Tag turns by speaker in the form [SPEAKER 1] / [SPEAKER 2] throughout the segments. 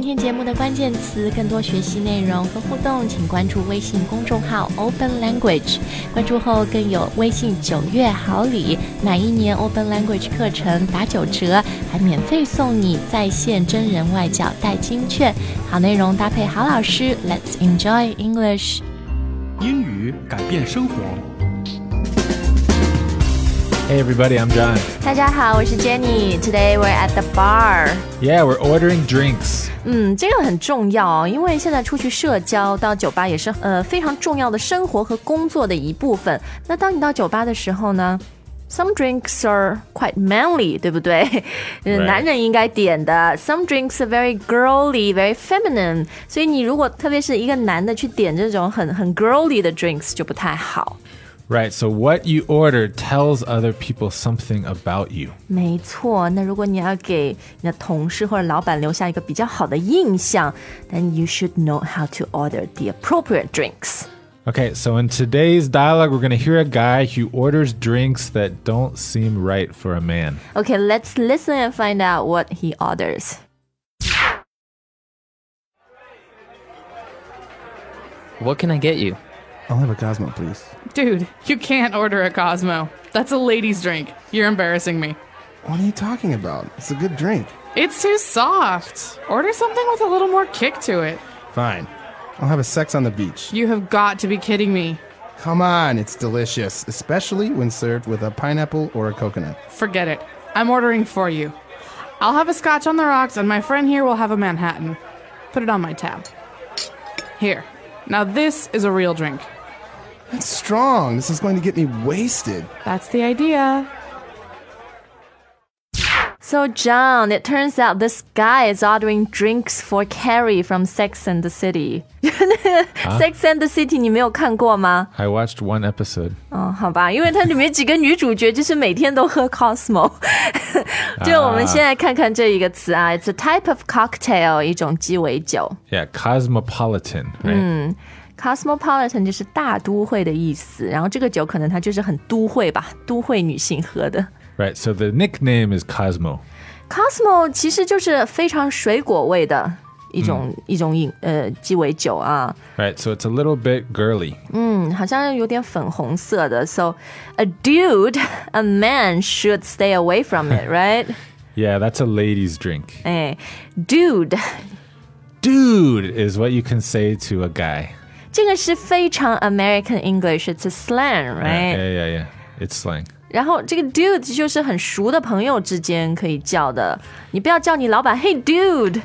[SPEAKER 1] 天节目的关键词，更多学习内容和互动，请关注微信公众号 Open Language。关注后更有微信九月好礼，满一年 Open Language 课程打九折，还免费送你在线真人外教代金券。好内容搭配好老师，Let's enjoy English。
[SPEAKER 2] 英语改变生活。
[SPEAKER 3] Hey everybody, I'm John.
[SPEAKER 1] 大家好，我是 Jenny。Today we're at the bar。
[SPEAKER 3] Yeah, we're ordering drinks.
[SPEAKER 1] 嗯，这个很重要哦，因为现在出去社交，到酒吧也是呃非常重要的生活和工作的一部分。那当你到酒吧的时候呢？Some drinks are quite manly，对不对？呃
[SPEAKER 3] Right
[SPEAKER 1] 男人应该点的。Some drinks are very girly, very feminine。所以你如果特别是一个男的去点这种很很 girly 的 drinks 就不太好。
[SPEAKER 3] Right, so what you order tells other people something about you.
[SPEAKER 1] 没错，那如果你要给你的同事或者老板留下一个比较好的印象，then you should know how to order the appropriate drinks。
[SPEAKER 3] Okay, so in today's dialogue, we're going to hear a guy who orders drinks that don't seem right for a man.
[SPEAKER 1] Okay, let's listen and find out what he orders.
[SPEAKER 4] What can I get you?
[SPEAKER 5] I'll have a Cosmo, please.
[SPEAKER 6] Dude, you can't order a Cosmo. That's a lady's drink. You're embarrassing me.
[SPEAKER 5] What are you talking about? It's a good drink.
[SPEAKER 6] It's too soft. Order something with a little more kick to it.
[SPEAKER 5] Fine. I'll have a sex on the beach.
[SPEAKER 6] You have got to be kidding me.
[SPEAKER 5] Come on, it's delicious, especially when served with a pineapple or a coconut.
[SPEAKER 6] Forget it. I'm ordering for you. I'll have a scotch on the rocks, and my friend here will have a Manhattan. Put it on my tab. Here. Now, this is a real drink.
[SPEAKER 5] That's strong. This is going to get me wasted.
[SPEAKER 6] That's the idea.
[SPEAKER 1] So, John, it turns out this guy is ordering drinks for Carrie from Sex and the City. Sex and the City 你没有看过吗？
[SPEAKER 3] I watched one episode.
[SPEAKER 1] 嗯，好吧，因为它里面几个女主角就是每天都喝 Cosmo。就我们先来看看这一个词啊，It's a type of cocktail，一种鸡尾酒。
[SPEAKER 3] Yeah, cosmopolitan, right?
[SPEAKER 1] Cosmopolitan 就是大都会的意思，然后这个酒可能它就是很都会吧，都会女性喝的。
[SPEAKER 3] Right, so the nickname is Cosmo.
[SPEAKER 1] Cosmo 其实就是非常水果味的一种、一种饮呃鸡尾酒啊，
[SPEAKER 3] Right, so it's a little bit girly.
[SPEAKER 1] 嗯，好像有点粉红色的。So a dude, a man should stay away from it, right?
[SPEAKER 3] Yeah, that's a lady's drink.
[SPEAKER 1] 哎，dude，
[SPEAKER 3] Dude is what you can say to a guy.
[SPEAKER 1] 这个是非常 American English，it's a slang,
[SPEAKER 3] Yeah,
[SPEAKER 1] right？、
[SPEAKER 3] yeah, yeah, yeah. It's slang.
[SPEAKER 1] 然后这个 dude 就是很熟的朋友之间可以叫的，你不要叫你老板 Hey dude，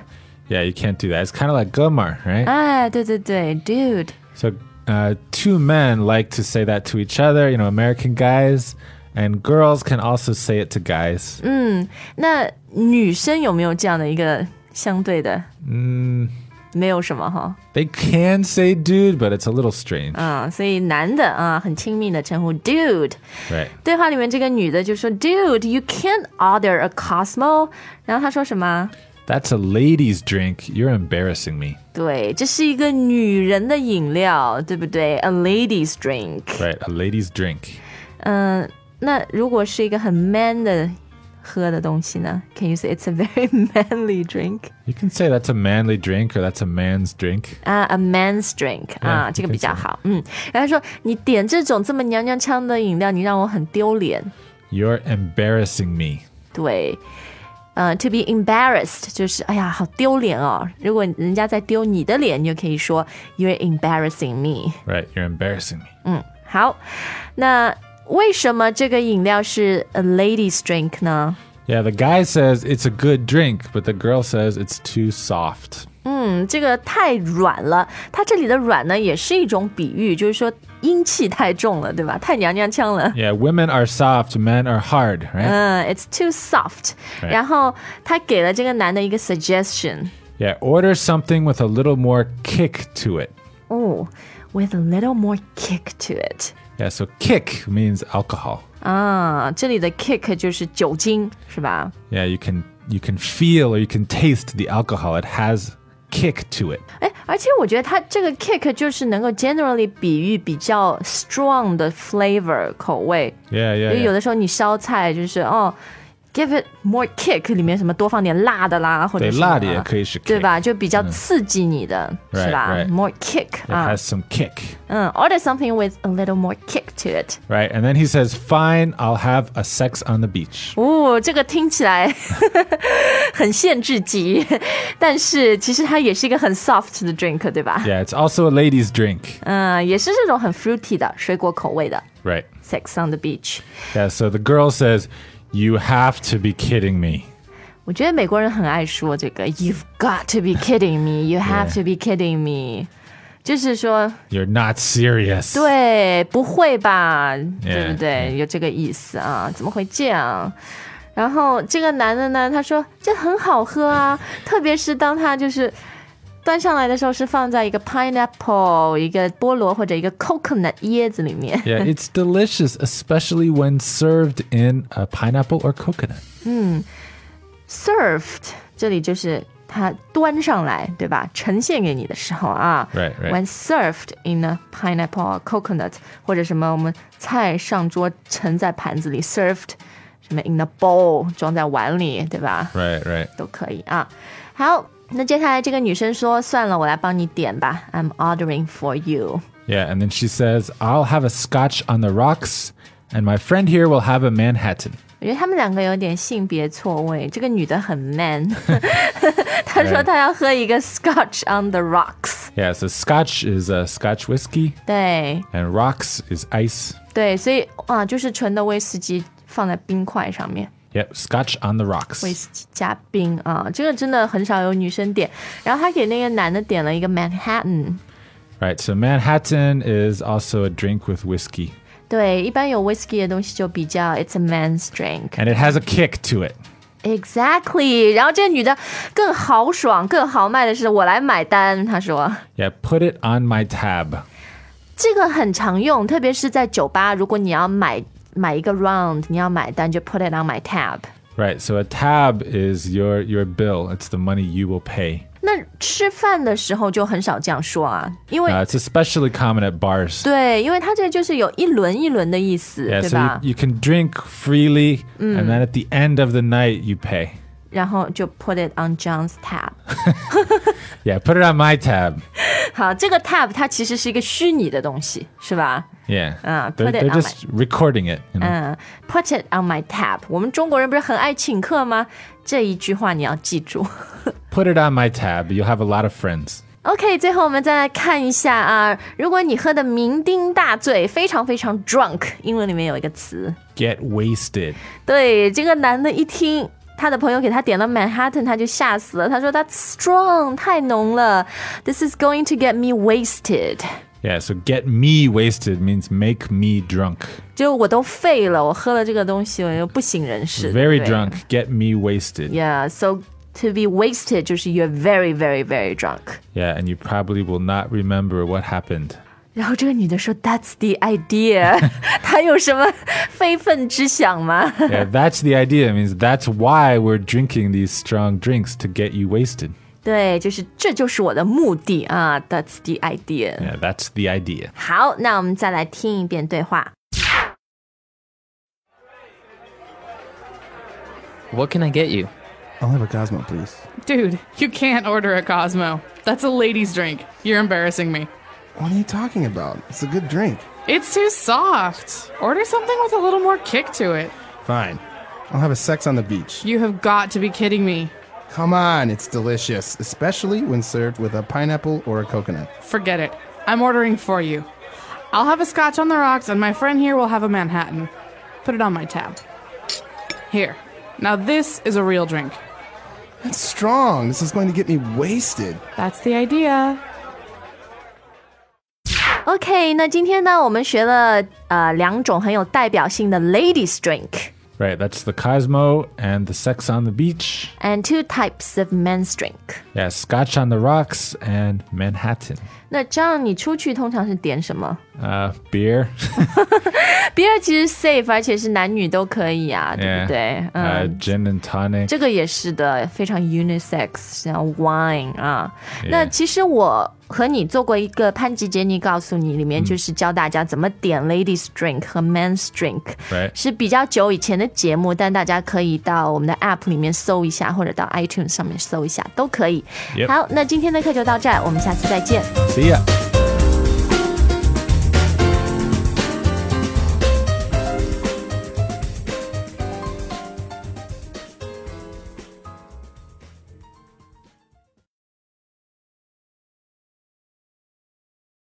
[SPEAKER 3] Yeah, you can't do that. It's kind of like gumar, right?
[SPEAKER 1] 哎，对对对，dude。
[SPEAKER 3] So, uh, two men like to say that to each other, you know, American guys, and girls can also say it to guys.
[SPEAKER 1] 那女生有没有这样的一个相对的？嗯，没有什么哈，
[SPEAKER 3] They can say dude, but it's a little strange.
[SPEAKER 1] 嗯，所以男的啊、很亲密的称呼 dude。
[SPEAKER 3] right.
[SPEAKER 1] 对话里面这个女的就说 dude you can't order a Cosmo，然后她说什么？
[SPEAKER 3] That's a lady's drink. You're embarrassing me.
[SPEAKER 1] 对，这是一个女人的饮料，对不对？A lady's drink。
[SPEAKER 3] Right, a lady's drink.
[SPEAKER 1] 嗯，那如果是一个很 man 的喝的东西呢？Can you say it's a very manly drink？
[SPEAKER 3] You can say that's a manly drink or that's a man's drink.
[SPEAKER 1] 啊、a man's drink 啊
[SPEAKER 3] Yeah，
[SPEAKER 1] 这个
[SPEAKER 3] I think
[SPEAKER 1] 比较好。嗯，然后他说你点这种这么娘娘腔的饮料，你让我很丢脸。
[SPEAKER 3] You're embarrassing me.
[SPEAKER 1] 对，呃、t o be embarrassed 就是哎呀，好丢脸哦。如果人家在丢你的脸，你就可以说 You're embarrassing me。
[SPEAKER 3] Right, you're embarrassing me.
[SPEAKER 1] 好，那为什么这个饮料是 a lady's drink 呢？
[SPEAKER 3] Yeah, the guy says it's a good drink, but the girl says it's too soft.
[SPEAKER 1] 嗯，这个太软了。它这里的软呢，也是一种比喻，就是说阴气太重了，对吧？太娘娘腔了。
[SPEAKER 3] Yeah, women are soft, men are hard, right?
[SPEAKER 1] 嗯，it's too soft。
[SPEAKER 3] Right.
[SPEAKER 1] 然后他给了这个男的一个 suggestion，
[SPEAKER 3] Yeah, order something with a little more kick to it.
[SPEAKER 1] 哦、w i t h a little more kick to it。
[SPEAKER 3] Yeah, so kick means alcohol.
[SPEAKER 1] 啊，这里的 kick 就是酒精，是吧？
[SPEAKER 3] Yeah, you can you can feel or you can taste the alcohol. It has kick to it.
[SPEAKER 1] 哎，而且我觉得它这个 kick 就是能够 generally 比喻比较 strong 的 flavor 口味，
[SPEAKER 3] Yeah, yeah.
[SPEAKER 1] 因为有
[SPEAKER 3] yeah.
[SPEAKER 1] 的时候你烧菜就是哦。 give it more kick 里面什么多放点辣的啦，或者
[SPEAKER 3] 对，
[SPEAKER 1] 什么
[SPEAKER 3] 辣的也可以是 kick，
[SPEAKER 1] 对吧？就比较刺激你的、是吧
[SPEAKER 3] Right, right.
[SPEAKER 1] More kick
[SPEAKER 3] It
[SPEAKER 1] 啊
[SPEAKER 3] has some kick,
[SPEAKER 1] 嗯，order Uh, something with a little more kick to it。
[SPEAKER 3] right? And then he says, "Fine, I'll have a sex on the beach."
[SPEAKER 1] 哦，这个听起来 很限制级， 但是其实它也是一个很 soft 的 drink，对吧
[SPEAKER 3] Yeah, it's also a ladies' drink,
[SPEAKER 1] 嗯，也是这种很 fruity 的水果口味的
[SPEAKER 3] right?
[SPEAKER 1] Sex on the Beach。
[SPEAKER 3] Yeah. So the girl says, "You have to be kidding me."
[SPEAKER 1] 我觉得美国人很爱说这个 "You've got to be kidding me, you have to be kidding me"，就是说
[SPEAKER 3] You're not serious.
[SPEAKER 1] 对，不会吧
[SPEAKER 3] Yeah,
[SPEAKER 1] 对不对？有这个意思啊？怎么会这样？然后这个男的呢，他说这很好喝啊，特别是当他就是端上来的时候，是放在一个 pineapple、一个菠萝或者一个 coconut 椰子里面。
[SPEAKER 3] Yeah, it's delicious, especially when served in a pineapple or coconut.
[SPEAKER 1] served，这里就是它端上来，对吧？呈现给你的时候啊
[SPEAKER 3] Right, right.
[SPEAKER 1] When served in a pineapple or coconut，或者什么我们菜上桌盛在盘子里，served 什么 in a bowl 装在碗里，对吧？
[SPEAKER 3] Right, right.
[SPEAKER 1] 都可以啊。好，那接下来这个女生说：“算了，我来帮你点吧，I'm ordering for you。
[SPEAKER 3] Yeah, and then she says, I'll have a scotch on the rocks, and my friend here will have a Manhattan. ”
[SPEAKER 1] 我觉得他们两个有点性别错位，这个女的很 man，她说她要喝一个 Scotch on the rocks。
[SPEAKER 3] Yeah, so scotch is uh, scotch whiskey,
[SPEAKER 1] 对，
[SPEAKER 3] and rocks is ice.
[SPEAKER 1] 对，所以啊，就是纯的威士忌放在冰块上面，
[SPEAKER 3] Yep, scotch on the rocks.
[SPEAKER 1] 威士忌加冰啊，这个真的很少有女生点。然后他给那个男的点了一个 Manhattan，
[SPEAKER 3] Right, so Manhattan is also a drink with whiskey,
[SPEAKER 1] 对，一般有 whisky 的东西就比较 It's a man's drink。
[SPEAKER 3] and it has a kick to it.
[SPEAKER 1] Exactly。然后这个女的更豪爽、更豪迈的是，我来买单。她说
[SPEAKER 3] Yeah, put it on my tab.
[SPEAKER 1] 这个很常用，特别是在酒吧，如果你要买买一个 round，你要买单就 put it on my tab。
[SPEAKER 3] Right, so a tab is your your bill. It's the money you will pay.
[SPEAKER 1] 那吃饭的时候就很少这样说啊，因为
[SPEAKER 3] Uh, it's especially common at bars.
[SPEAKER 1] 对，因为它这个就是有一轮一轮的意思
[SPEAKER 3] Yeah,
[SPEAKER 1] 对
[SPEAKER 3] so
[SPEAKER 1] 吧？
[SPEAKER 3] you, you can drink freely, and then at the end of the night, you pay.
[SPEAKER 1] 然后就 put it on John's tab。
[SPEAKER 3] Yeah, put it on my tab.
[SPEAKER 1] 好，这个 tab 它其实是一个虚拟的东西，是吧？
[SPEAKER 3] Yeah.
[SPEAKER 1] Uh,
[SPEAKER 3] they're,
[SPEAKER 1] put it
[SPEAKER 3] they're
[SPEAKER 1] on Uh.
[SPEAKER 3] just recording it. You know?
[SPEAKER 1] 嗯，put it on my tab。我们中国人不是很爱请客吗？这一句话你要记住。
[SPEAKER 3] Put it on my tab. You'll have a lot of friends.
[SPEAKER 1] OK，最后我们再来看一下啊，如果你喝的酩酊大醉，非常非常 drunk，英文里面有一个词，
[SPEAKER 3] Get wasted.
[SPEAKER 1] 对，这个男的一听。他的朋友给他点了 Manhattan，他就吓死了。他说：“That's strong，太浓了。This is going to get me wasted。
[SPEAKER 3] Yeah, so get me wasted means make me drunk.
[SPEAKER 1] 就我都废了，我喝了这个东西，我又不省人事。
[SPEAKER 3] Very
[SPEAKER 1] 对
[SPEAKER 3] drunk. Get me wasted.
[SPEAKER 1] Yeah，so to be wasted 就是 you're very very very drunk。
[SPEAKER 3] Yeah, and you probably will not remember what happened.
[SPEAKER 1] 然后这个女的说：“That's the idea。” 她有什么非分之想吗？
[SPEAKER 3] Yeah, that's the idea. It means that's why we're drinking these strong drinks to get you wasted.
[SPEAKER 1] 对，就是这就是我的目的啊。That's the idea。
[SPEAKER 3] Yeah, that's the idea.
[SPEAKER 1] 好，那我们再来听一遍对话。
[SPEAKER 4] What can I get you?
[SPEAKER 5] I'll have a Cosmo, please.
[SPEAKER 6] Dude, you can't order a Cosmo. That's a lady's drink. You're embarrassing me.
[SPEAKER 5] What are you talking about? It's a good drink.
[SPEAKER 6] It's too soft. Order something with a little more kick to it.
[SPEAKER 5] Fine. I'll have a sex on the beach.
[SPEAKER 6] You have got to be kidding me.
[SPEAKER 5] Come on, it's delicious, especially when served with a pineapple or a coconut.
[SPEAKER 6] Forget it. I'm ordering for you. I'll have a scotch on the rocks, and my friend here will have a Manhattan. Put it on my tab. Here. Now, this is a real drink.
[SPEAKER 5] That's strong. This is going to get me wasted.
[SPEAKER 6] That's the idea.
[SPEAKER 1] OK，那今天呢，我们学了呃两种很有代表性的 ladies drink。
[SPEAKER 3] Right, that's the Cosmo and the Sex on the Beach.
[SPEAKER 1] and two types of men's drink。
[SPEAKER 3] Yeah, Scotch on the Rocks and Manhattan.
[SPEAKER 1] 那 John，你出去通常是点什么？
[SPEAKER 3] Uh, beer.
[SPEAKER 1] 比尔其实 safe，而且是男女都可以啊，对
[SPEAKER 3] yeah.
[SPEAKER 1] 不对？
[SPEAKER 3] Uh,
[SPEAKER 1] 嗯，
[SPEAKER 3] gin and tonic.
[SPEAKER 1] 这个也是的，非常 unisex，像 wine 啊。
[SPEAKER 3] Yeah.
[SPEAKER 1] 那其实我和你做过一个潘吉杰尼告诉你，里
[SPEAKER 3] 嗯
[SPEAKER 1] 面就是教大家怎么点 ladies drink 和 men's drink，、
[SPEAKER 3] Right.
[SPEAKER 1] 是比较久以前的节目，但大家可以到我们的 app 里面搜一下，或者到 iTunes 上面搜一下都可以。
[SPEAKER 3] Yep.
[SPEAKER 1] 好，那今天的课就到这儿，我们下次再见。
[SPEAKER 3] See ya.